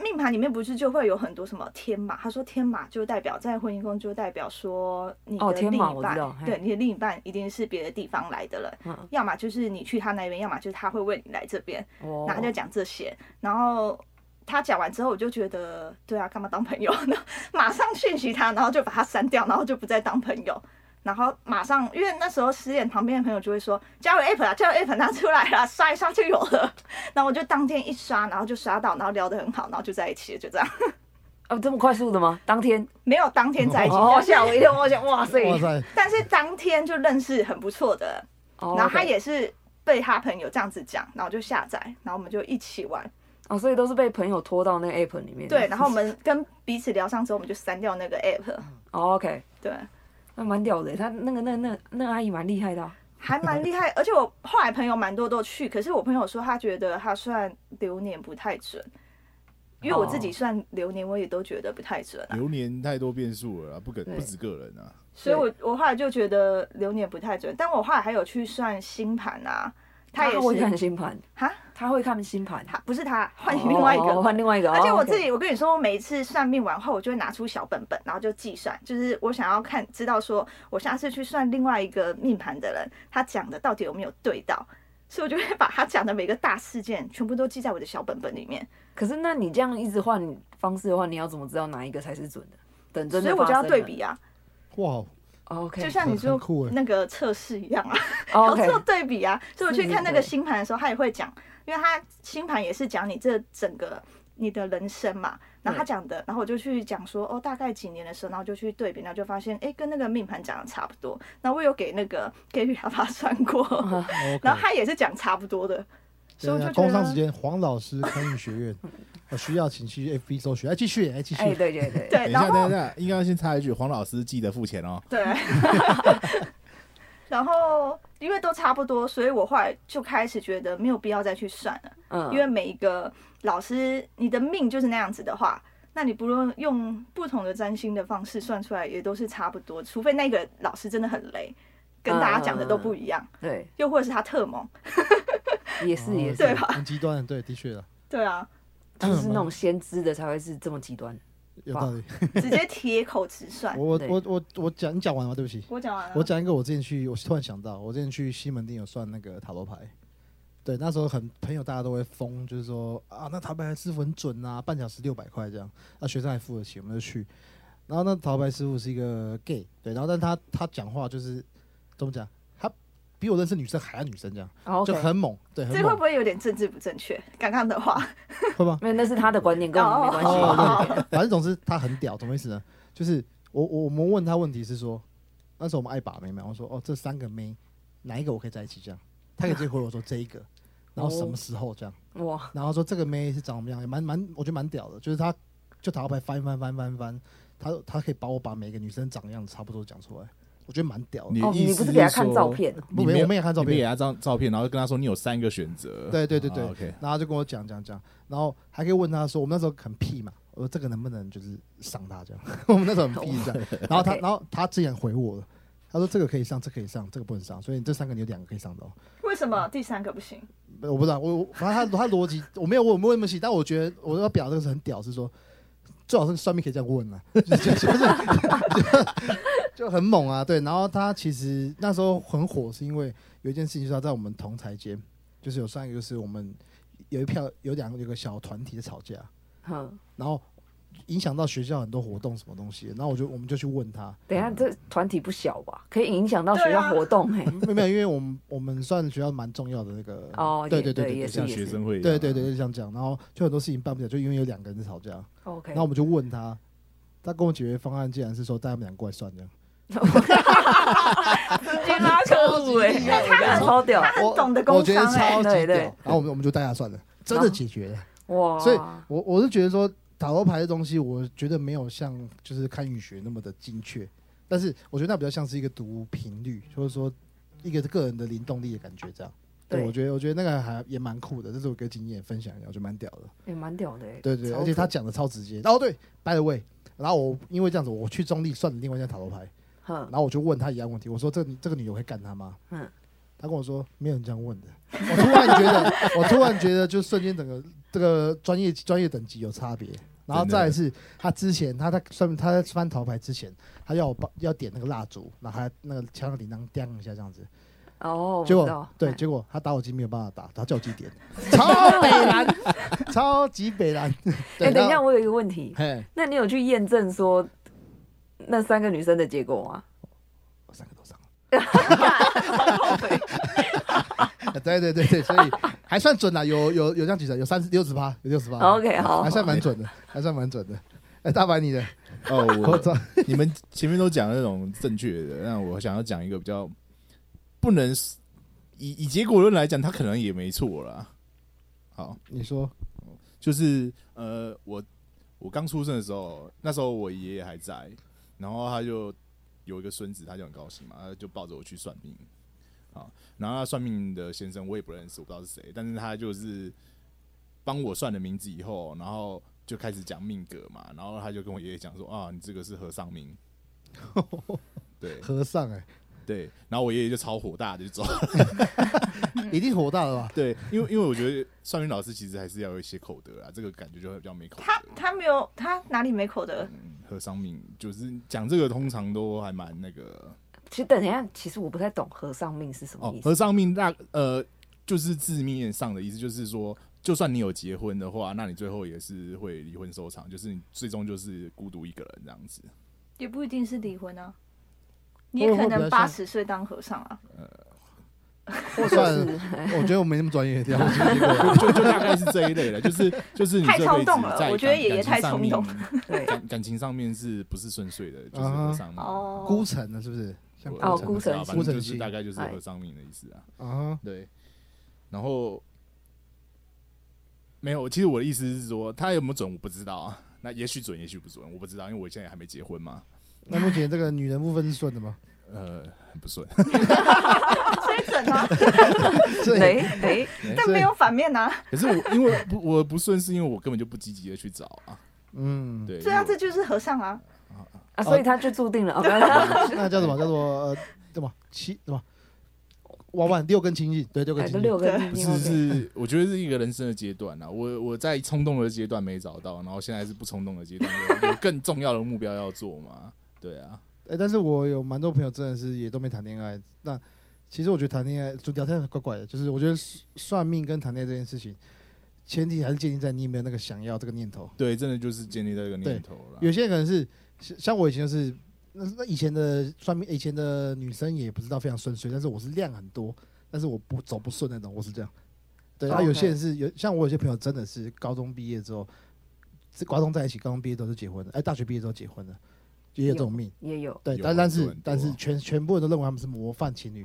[SPEAKER 5] 命盘里面不是就会有很多什么天马？他说天马就代表在婚姻宫，就代表说你的
[SPEAKER 4] 哦
[SPEAKER 5] 另
[SPEAKER 4] 天马
[SPEAKER 5] 一
[SPEAKER 4] 我
[SPEAKER 5] 半，
[SPEAKER 4] 知道嘿
[SPEAKER 5] 对你的另一半一定是别的地方来的人，
[SPEAKER 4] 嗯，
[SPEAKER 5] 要么就是你去他那边，要么就是他会为你来这边。
[SPEAKER 4] 哦
[SPEAKER 5] 然后他就讲这些，然后他讲完之后，我就觉得对啊，干嘛当朋友 呢？马上讯息他，然后就把他删掉，然后就不再当朋友。然后马上，因为那时候失恋，旁边的朋友就会说：“加入 app 啦，加入 app 拿出来啦，刷一刷就有了。”然后我就当天一刷，然后就刷到，然后聊得很好，然后就在一起了，就这样。
[SPEAKER 4] 哦，这么快速的吗？当 天？
[SPEAKER 5] 没有当哎天在一起，
[SPEAKER 4] 哦，
[SPEAKER 5] 但是
[SPEAKER 4] 吓我一跳！我想，哇塞！
[SPEAKER 2] 哇塞，
[SPEAKER 5] 但是当天就认识很不错的
[SPEAKER 4] 哦
[SPEAKER 5] 然后他
[SPEAKER 4] OK
[SPEAKER 5] 也是被他朋友这样子讲，然后就下载，然后我们就一起玩。
[SPEAKER 4] 哦，所以都是被朋友拖到那个 app 里面。
[SPEAKER 5] 对，然后我们跟彼此聊上之后，我们就删掉那个 app。
[SPEAKER 4] 哦 OK，
[SPEAKER 5] 对，
[SPEAKER 4] 那蛮屌的，他那个那那那个阿姨蛮厉害的啊。
[SPEAKER 5] 还蛮厉害。而且我后来朋友蛮多都去，可是我朋友说他觉得他算流年不太准，因为我自己算流年，我也都觉得不太准啊。
[SPEAKER 3] 流年太多变数了啊，不可
[SPEAKER 4] 对
[SPEAKER 3] 不止个人啊，
[SPEAKER 5] 所以我我后来就觉得流年不太准，但我后来还有去算星盘啊，他也
[SPEAKER 4] 会看
[SPEAKER 5] 是
[SPEAKER 4] 星盘，
[SPEAKER 5] 哈，
[SPEAKER 4] 他会看星盘，
[SPEAKER 5] 他不是他，换另外一
[SPEAKER 4] 哦
[SPEAKER 5] 个。
[SPEAKER 4] 换另外一个，
[SPEAKER 5] 而且
[SPEAKER 4] 哦
[SPEAKER 5] 我
[SPEAKER 4] ，OK
[SPEAKER 5] 自己，我跟你说，我每一次算命完后，我就会拿出小本本，然后就计算，就是我想要看，知道说我下次去算另外一个命盘的人，他讲的到底有没有对到，所以我就会把他讲的每个大事件全部都记在我的小本本里面，
[SPEAKER 4] 可是，那你这样一直换方式的话，你要怎么知道哪一个才是准的？等真
[SPEAKER 5] 所
[SPEAKER 4] 的，
[SPEAKER 5] 以我就要对。比啊，
[SPEAKER 2] 哇，
[SPEAKER 4] 哦 OK，
[SPEAKER 5] 就像你
[SPEAKER 2] 很
[SPEAKER 5] 说
[SPEAKER 2] 很酷欸
[SPEAKER 5] 那个测试一样啊，
[SPEAKER 4] 哦
[SPEAKER 5] 要
[SPEAKER 4] OK，
[SPEAKER 5] 做对比啊。所以我去看那个
[SPEAKER 4] 是是是
[SPEAKER 5] 星盘的时候，他也会讲，因为他星盘也是讲你这整个你的人生嘛。然后他讲的，然后我就去讲说，哦，大概几年的时候，然后就去对比，然后就发现，哎，跟那个命盘讲的差不多。然后我有给那个给雨他爸算 过，然后他也是讲差不多的，所以我
[SPEAKER 2] 哦等一
[SPEAKER 5] 就觉
[SPEAKER 2] 下啊工商时
[SPEAKER 5] 得。
[SPEAKER 2] 间，黄老师康艺 学院，我需要请去 FB 搜寻，哎，继续，哎，继续
[SPEAKER 4] 哎，，对对对，
[SPEAKER 5] 对
[SPEAKER 3] 等，一
[SPEAKER 5] 然
[SPEAKER 3] 下，
[SPEAKER 5] 后
[SPEAKER 3] 等一下，应该要先插一句，黄老师记得付钱哦。
[SPEAKER 5] 对， 然后因为都差不多，所以我后来就开始觉得没有必要再去算了，
[SPEAKER 4] 嗯，
[SPEAKER 5] 因为每一个老师你的命就是那样子的话，那你不论用不同的占星的方式算出来也都是差不多，除非那个老师真的很雷，跟大家讲的都不一样，
[SPEAKER 4] 对
[SPEAKER 5] 又或者是他特猛，
[SPEAKER 4] 也是
[SPEAKER 2] 哦
[SPEAKER 4] 也是，
[SPEAKER 5] 对吧
[SPEAKER 2] 很极端，对，的确了，
[SPEAKER 5] 对啊，
[SPEAKER 2] 嗯
[SPEAKER 4] 就是那种先知的才会是这么极端。
[SPEAKER 2] 有道理。
[SPEAKER 5] 直接铁口直算。
[SPEAKER 2] 我
[SPEAKER 4] 对
[SPEAKER 2] 我我我讲，你讲完了吗？对不起，
[SPEAKER 5] 我讲完了，
[SPEAKER 2] 我讲一个，我之前去，我突然想到，我之前去西门町有算那个塔罗牌，对，那时候很朋友大家都会疯，就是说啊，那塔罗牌师傅很准啊，半小时六百块这样，那、学生还付得起，我们就去。然后那塔罗牌师傅是一个 gay，对，然后但他他讲话就是怎么讲，他比我认识女生还要女生这样，
[SPEAKER 4] 哦
[SPEAKER 2] 就
[SPEAKER 4] OK，
[SPEAKER 2] 很猛，对，很
[SPEAKER 5] 这会不
[SPEAKER 2] 猛，
[SPEAKER 5] 会有点政治不正确？刚刚的话，
[SPEAKER 2] 会吗？
[SPEAKER 4] 没有，那是他的观念，跟我们没关系。
[SPEAKER 2] 哦，对反正总之他很屌，什么意思呢？就是我我我们问他问题是说，那时候我们爱把妹嘛，我说哦这三个妹哪一个我可以在一起这样，他可以直接回我说这一个，然后什么时候这样，
[SPEAKER 4] 哇，
[SPEAKER 2] 然后说这个妹是长什么样，也蛮蛮我觉得蛮屌的，就是他就打牌翻翻翻翻翻，他他可以把我把每个女生长的样子差不多讲出来，我觉得蛮屌的。
[SPEAKER 3] 你
[SPEAKER 4] 哦，
[SPEAKER 3] 意
[SPEAKER 4] 你不
[SPEAKER 3] 思是
[SPEAKER 4] 是给他看
[SPEAKER 3] 说
[SPEAKER 4] 照片哦？
[SPEAKER 2] 不
[SPEAKER 3] 你没
[SPEAKER 2] 没
[SPEAKER 3] 有
[SPEAKER 2] 我们也看照
[SPEAKER 3] 你们
[SPEAKER 2] 片
[SPEAKER 3] 给，他张照片，然后跟他说你有三个选择。
[SPEAKER 2] 对对对对
[SPEAKER 3] 啊，OK，
[SPEAKER 2] 然后他就跟我讲讲讲，然后还可以问他说，我们那时候很屁嘛，我说这个能不能就是上他这样？ 我们那时候很屁 这样，然后他
[SPEAKER 4] OK
[SPEAKER 2] 然后他竟然回我了，他说这个可以上，这个可以上，这个不能上，所以这三个你有两个可以上哦到。
[SPEAKER 5] 为什么第三个不行？
[SPEAKER 2] 呃我不知道，我我反正他他逻辑我没有问我没有问那么细，但我觉得我要表达这个是很屌，是说最好是算命可以这样问啊，就是就是就很猛啊，对。然后他其实那时候很火，是因为有一件事情，就是他在我们同台间，就是有上一个就是我们有一票有两个有个小团体在吵架，
[SPEAKER 4] 嗯，
[SPEAKER 2] 然后影响到学校很多活动什么东西，然后我就我们就去问他，
[SPEAKER 4] 等一下这团体不小吧？可以影响到学校活动哎。
[SPEAKER 2] 没有没有，因为我们我们算学校蛮重要的那个
[SPEAKER 4] 哦
[SPEAKER 2] 对
[SPEAKER 4] 也
[SPEAKER 2] 对对
[SPEAKER 4] 对
[SPEAKER 2] 对
[SPEAKER 4] 也
[SPEAKER 2] 对，
[SPEAKER 4] 是
[SPEAKER 3] 像学生会一样。啊
[SPEAKER 2] 对对对，就像这样，然后就很多事情办不了，就因为有两个人在吵架。
[SPEAKER 4] OK，
[SPEAKER 2] 然后我们就问他，他跟我解决方案竟然是说带他们俩过来算这样。
[SPEAKER 4] 直接拉客户 哎，
[SPEAKER 5] 他很
[SPEAKER 4] 超屌
[SPEAKER 5] 他很
[SPEAKER 2] 我
[SPEAKER 5] 懂得
[SPEAKER 2] 我
[SPEAKER 5] 工
[SPEAKER 2] 觉得
[SPEAKER 5] 商哎、
[SPEAKER 2] 超级
[SPEAKER 4] 对
[SPEAKER 2] 屌。
[SPEAKER 4] 对
[SPEAKER 2] 然后我们我们就带他算了，真的解决了。
[SPEAKER 5] 哦
[SPEAKER 4] 哇！
[SPEAKER 2] 所以我我是觉得说塔罗牌的东西，我觉得没有像就是看运学那么的精确，但是我觉得那比较像是一个读频率，或者说一个个人的灵动力的感觉这样。对，
[SPEAKER 4] 对
[SPEAKER 2] 我觉得我觉得那个还也蛮酷的，这是我一个经验分享一下，我觉得蛮屌的。
[SPEAKER 4] 也蛮屌的哎。
[SPEAKER 2] 对对，
[SPEAKER 4] 超
[SPEAKER 2] 而且他
[SPEAKER 4] 酷
[SPEAKER 2] 讲的超直接。哦对，by the way，然后我因为这样子，我去中立算了另外一张塔罗牌，
[SPEAKER 4] 嗯
[SPEAKER 2] 然后我就问他一样问题，我说这这个女的会干他吗？
[SPEAKER 4] 嗯
[SPEAKER 2] 他跟我说没有人这样问的。我突然觉得，我突然觉得，就瞬间整个这个专业专业等级有差别。然后再来是，他之前他在上面他在翻桃牌之前，他要我帮要点那个蜡烛，然后他那个敲那个铃铛叮一下这样子，
[SPEAKER 4] 哦，我
[SPEAKER 2] 结
[SPEAKER 4] 知道
[SPEAKER 2] 果对，
[SPEAKER 4] 哎
[SPEAKER 2] 结果他打火机没有办法打，他叫我自己点，超北蓝，超级北蓝。对
[SPEAKER 4] 哎，等一，
[SPEAKER 2] 然
[SPEAKER 4] 下，
[SPEAKER 2] 后
[SPEAKER 4] 我有一个问题，
[SPEAKER 2] 嘿，
[SPEAKER 4] 那你有去验证说那三个女生的结果吗？
[SPEAKER 2] 三个都上了。 对对对对，所以还算准啦，有有有这样举的，有三十六十八，有六十八。
[SPEAKER 4] OK，好
[SPEAKER 2] 还算蛮准的，还算蛮准的。哎，大白你的，
[SPEAKER 3] 哦，
[SPEAKER 2] 我
[SPEAKER 3] 我
[SPEAKER 2] 操，
[SPEAKER 3] 你们前面都讲那种正确的，那我想要讲一个比较不能以以结果论来讲，他可能也没错啦。好，
[SPEAKER 2] 你说
[SPEAKER 3] 就是呃，我我刚出生的时候，那时候我爷爷还在，然后他就有一个孙子，他就很高兴嘛，他就抱着我去算命啊。然后他算命的先生我也不认识，我不知道是谁，但是他就是帮我算了名字以后，然后就开始讲命格嘛，然后他就跟我爷爷讲说啊，你这个是和尚命，对，
[SPEAKER 2] 和尚哎、
[SPEAKER 3] 对，然后我爷爷就超火大的就走。
[SPEAKER 4] 嗯
[SPEAKER 2] 一定火大了吧？
[SPEAKER 3] 对，因为因为我觉得算命老师其实还是要有一些口德啊，这个感觉就会比较没口
[SPEAKER 5] 他
[SPEAKER 3] 德。
[SPEAKER 5] 他没有，他哪里没口德？
[SPEAKER 3] 嗯，和尚命就是讲这个，通常都还蛮那个
[SPEAKER 4] 其实等一下，其实我不太懂和尚命是什么
[SPEAKER 3] 哦
[SPEAKER 4] 意。思。
[SPEAKER 3] 和尚命那呃，就是字面上的意思，就是说，就算你有结婚的话，那你最后也是会离婚收场，就是你最终就是孤独一个人这样 子。
[SPEAKER 5] 也不一定是离婚啊，你
[SPEAKER 2] 会
[SPEAKER 5] 也
[SPEAKER 2] 不会
[SPEAKER 5] 可
[SPEAKER 2] 比
[SPEAKER 5] 能
[SPEAKER 2] 较像
[SPEAKER 5] 八十岁当和尚啊。
[SPEAKER 4] 或者
[SPEAKER 2] 算
[SPEAKER 4] 是
[SPEAKER 2] 了，我觉得我没那么专业，这样我觉得
[SPEAKER 3] 就就大概是这一类的，就是就是你
[SPEAKER 5] 太
[SPEAKER 3] 这
[SPEAKER 5] 冲
[SPEAKER 3] 辈子
[SPEAKER 5] 动了
[SPEAKER 3] 在
[SPEAKER 5] 我觉
[SPEAKER 3] 感
[SPEAKER 5] 得爷爷
[SPEAKER 3] 感情
[SPEAKER 5] 太
[SPEAKER 3] 上
[SPEAKER 5] 冲
[SPEAKER 3] 面
[SPEAKER 5] 动
[SPEAKER 4] 对
[SPEAKER 3] 感感情上面是不是顺遂的，就是
[SPEAKER 2] 啊哈
[SPEAKER 3] 和尚命。
[SPEAKER 5] 哦，
[SPEAKER 2] 孤城啊了是不是？像
[SPEAKER 3] 我
[SPEAKER 4] 哦
[SPEAKER 3] 我
[SPEAKER 4] 孤
[SPEAKER 3] 不知道
[SPEAKER 4] 城
[SPEAKER 3] 反正
[SPEAKER 2] 心
[SPEAKER 3] 就是大概就是
[SPEAKER 4] 哎
[SPEAKER 3] 和尚命的意思啊。
[SPEAKER 2] 啊，
[SPEAKER 3] 对，然后没有，其实我的意思是说，他有没有准我不知道啊。那也许准，也许不准，我不知道，因为我现在还没结婚嘛。
[SPEAKER 2] 那目前这个女人部分是顺的吗？
[SPEAKER 3] 呃，很不顺，
[SPEAKER 5] 所以准啊，
[SPEAKER 2] 这
[SPEAKER 4] 哎哎，
[SPEAKER 5] 但没有反面啊。
[SPEAKER 3] 可是我因为不我不顺，是因为我根本就不积极的去找啊。
[SPEAKER 2] 嗯，
[SPEAKER 3] 对，
[SPEAKER 5] 对啊，
[SPEAKER 3] 因为
[SPEAKER 5] 这就是和尚啊。
[SPEAKER 4] 啊，所以他就注定了。哦不要
[SPEAKER 2] 那叫什么？叫做呃，什么七什么？娃娃六根清净，对，六
[SPEAKER 4] 哎
[SPEAKER 2] 根
[SPEAKER 4] 都
[SPEAKER 2] 清净
[SPEAKER 4] 六。个
[SPEAKER 5] 对
[SPEAKER 4] 弟
[SPEAKER 3] 不
[SPEAKER 4] 弟，
[SPEAKER 3] 是是，我觉得是一个人生的阶段啊。我我在冲动的阶段没找到，然后现在是不冲动的阶段，有有更重要的目标要做嘛。对啊，
[SPEAKER 2] 哎，但是我有蛮多朋友真的是也都没谈恋爱。那其实我觉得谈恋爱就聊天怪怪的，就是我觉得算命跟谈恋爱这件事情，前提还是建立在你有没有那个想要这个念头。
[SPEAKER 3] 对，真的就是建立在这个念头了。
[SPEAKER 2] 有些人可能是像像我以前就是，那那以前的算命，以前的女生也不知道非常顺遂，但是我是量很多，但是我不走不顺那种，我是这样。对，然后
[SPEAKER 4] OK
[SPEAKER 2] 有些人是有，像我有些朋友真的是高中毕业之后，是高中在一起，高中毕业之后就结婚了，哎，大学毕业之后结婚了，也有这种命。
[SPEAKER 4] 也有。
[SPEAKER 2] 对，
[SPEAKER 3] 有
[SPEAKER 2] 但
[SPEAKER 3] 很
[SPEAKER 2] 但
[SPEAKER 3] 多
[SPEAKER 2] 是
[SPEAKER 3] 很多啊
[SPEAKER 2] 但是全全部人都认为他们是模范情侣，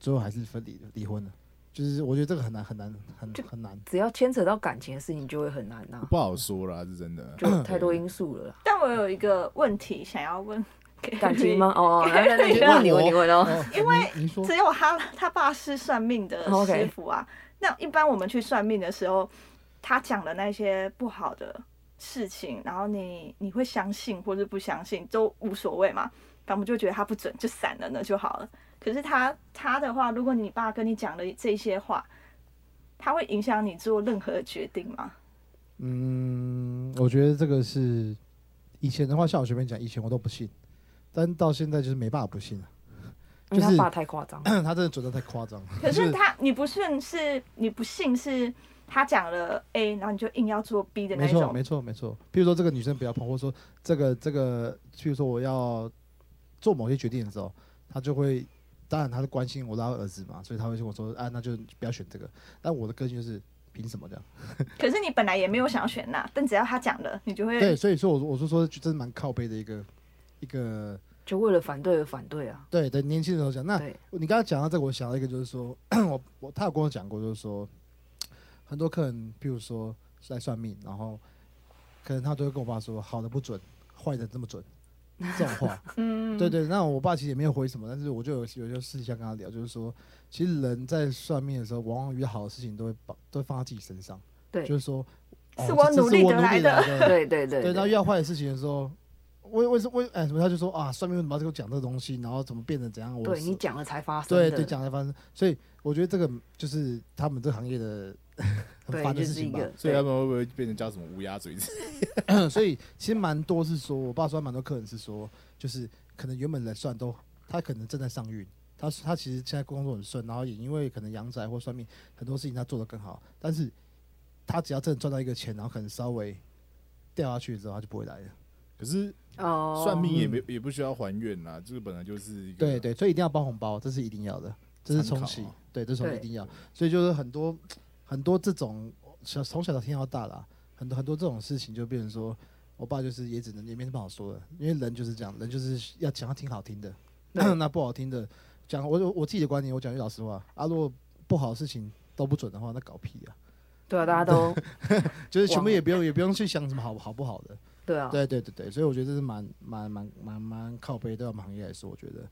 [SPEAKER 2] 最后还是分离离婚了。就是我觉得这个很难很难很
[SPEAKER 4] 就
[SPEAKER 2] 很难。
[SPEAKER 4] 只要牵扯到感情的事情，就会很难 呐、
[SPEAKER 3] 不好说啦，是真的。
[SPEAKER 4] 就太多因素了啦。
[SPEAKER 5] 但我有一个问题想要问，
[SPEAKER 4] 感情？吗？哦， 那那那你
[SPEAKER 2] 问
[SPEAKER 4] 问你
[SPEAKER 2] 我
[SPEAKER 4] 问你问哦。
[SPEAKER 2] 哦
[SPEAKER 5] 因为
[SPEAKER 2] 您您说
[SPEAKER 5] 只有他他爸是算命的
[SPEAKER 4] 哦 OK
[SPEAKER 5] 师傅啊。那一般我们去算命的时候，他讲的那些不好的事情，然后你你会相信或是不相信都无所谓嘛，反正我就觉得他不准就散了呢就好了。可是他他的话，如果你爸跟你讲的这些话，他会影响你做任何决定吗？
[SPEAKER 2] 嗯，我觉得这个是以前的话，像我随便讲，以前我都不信，但到现在就是没办法不 信了。
[SPEAKER 4] 因为
[SPEAKER 2] 就是
[SPEAKER 4] 他爸太夸张了，
[SPEAKER 2] 他真的准的太夸张了。
[SPEAKER 5] 可
[SPEAKER 2] 就是
[SPEAKER 5] 他你不信是你不信是他讲了 A，然后你就硬要做 B 的那
[SPEAKER 2] 没错，
[SPEAKER 5] 种。
[SPEAKER 2] 没错，没错。譬如说这个女生不要碰，或者说这个这个，譬如说我要做某些决定的时候，他就会，当然他是关心我拉儿子嘛，所以他会跟我说，啊，那就不要选这个。但我的个性就是凭什么这样？
[SPEAKER 5] 可是你本来也没有想要选那，但只要他讲了，你就会
[SPEAKER 2] 对，所以说我我就说真的蛮靠背的一个一个
[SPEAKER 4] 就为了反对而反对啊。
[SPEAKER 2] 对对，年轻的时候讲，那
[SPEAKER 4] 对
[SPEAKER 2] 你刚刚讲到这个，我想到一个，就是说， 我我他有跟我讲过，就是说，很多客人，譬如说是来算命，然后可能他都会跟我爸说，好的不准，坏的这么准，这种话，
[SPEAKER 5] 嗯，
[SPEAKER 2] 对对。那我爸其实也没有回什么，但是我就有有就私底下跟他聊，就是说，其实人在算命的时候，往往遇到好的事情都会把都会放在自己身上，
[SPEAKER 4] 对
[SPEAKER 2] 就是说，哦
[SPEAKER 5] 是我
[SPEAKER 2] 这这
[SPEAKER 5] 努力
[SPEAKER 2] 我
[SPEAKER 5] 得来的
[SPEAKER 2] 的，
[SPEAKER 4] 对对对
[SPEAKER 2] 对，然后
[SPEAKER 4] 对
[SPEAKER 2] 遇到坏的事情的时候，为为什为哎什么他就说啊，算命为什么要这个讲这个东西，然后怎么变成怎样？我
[SPEAKER 4] 对
[SPEAKER 2] 是
[SPEAKER 4] 你讲了才发生
[SPEAKER 2] 对
[SPEAKER 4] 的，
[SPEAKER 2] 对讲才发生，所以我觉得这个就是他们这行业的很
[SPEAKER 4] 对
[SPEAKER 2] 烦的
[SPEAKER 4] 就
[SPEAKER 2] 事
[SPEAKER 4] 是一
[SPEAKER 2] 情吧。
[SPEAKER 4] 个
[SPEAKER 3] 所
[SPEAKER 4] 对
[SPEAKER 3] 以他们会不会变成叫什么乌鸦嘴之类的？
[SPEAKER 2] 所以其实蛮多是说，我爸说蛮多客人是说，就是可能原本来算都他可能正在上运，他他其实现在工作很顺，然后也因为可能阳宅或算命很多事情他做得更好，但是他只要真的赚到一个钱，然后可能稍微掉下去之后，他就不会来了。
[SPEAKER 3] 可是
[SPEAKER 4] 哦，
[SPEAKER 3] 算命也没也不需要还愿啦，这个本来就是一个
[SPEAKER 2] 对对，所以一定要包红包，这是一定要的，这是
[SPEAKER 3] 参
[SPEAKER 2] 从
[SPEAKER 3] 考
[SPEAKER 2] 起
[SPEAKER 3] 啊，
[SPEAKER 2] 对，这是从
[SPEAKER 4] 对
[SPEAKER 2] 一定要，所以就是很多很多这种小从小到天到大啦，很多很多这种事情就变成说，我爸就是也只能也没什么好说的，因为人就是这样，人就是要讲要听好听的，
[SPEAKER 4] 对
[SPEAKER 2] 那不好听的讲，我我自己的观点，我讲句老实话，啊，如果不好的事情都不准的话，那搞屁啊，
[SPEAKER 4] 对啊，大家都
[SPEAKER 2] 就是全部
[SPEAKER 4] 忘
[SPEAKER 2] 也不用也不用去想什么好好不好的，
[SPEAKER 4] 对啊，
[SPEAKER 2] 对对对对，所以我觉得这是蛮蛮蛮蛮蛮靠背对我们行业来说，我觉得。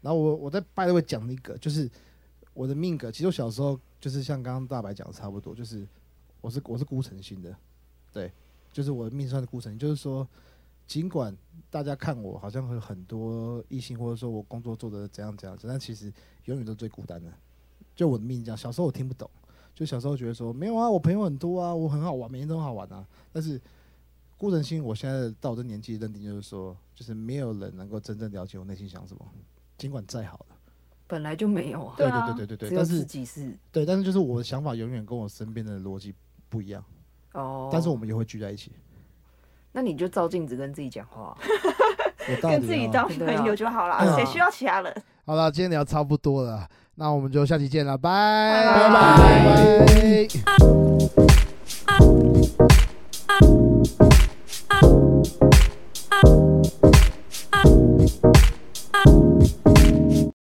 [SPEAKER 2] 然后我我在拜会讲一个，就是我的命格，其实我小时候就是像刚刚大白讲的差不多，就是我是我是孤城星的，对，就是我的命算是孤城，就是说尽管大家看我好像有很多异性，或者说我工作做的怎样怎样，但其实永远都最孤单的。就我的命这样，小时候我听不懂，就小时候觉得说没有啊，我朋友很多啊，我很好玩，每天都很好玩啊。但是孤人心，我现在到我这年纪认定就是说，就是没有人能够真正了解我内心想什么，尽管再好了。
[SPEAKER 4] 本来就没有啊，
[SPEAKER 5] 对啊
[SPEAKER 2] 对对对对
[SPEAKER 4] 只
[SPEAKER 2] 对，
[SPEAKER 4] 有
[SPEAKER 2] 但
[SPEAKER 4] 自
[SPEAKER 2] 是
[SPEAKER 4] 己是
[SPEAKER 2] 对，但是就是我的想法永远跟我身边的逻辑不一样，
[SPEAKER 4] 哦。
[SPEAKER 2] 但是我们也会聚在一起。
[SPEAKER 4] 那你就照镜子跟自己讲话啊、
[SPEAKER 2] 有道理、
[SPEAKER 5] 跟
[SPEAKER 2] 哦。
[SPEAKER 5] 自己当
[SPEAKER 4] 对啊
[SPEAKER 5] 朋友就好
[SPEAKER 2] 对
[SPEAKER 5] 了，
[SPEAKER 2] 啊
[SPEAKER 5] 谁需要其他人？
[SPEAKER 2] 好了，今天聊差不多了，那我们就下期见了，拜
[SPEAKER 5] 拜
[SPEAKER 2] 拜拜。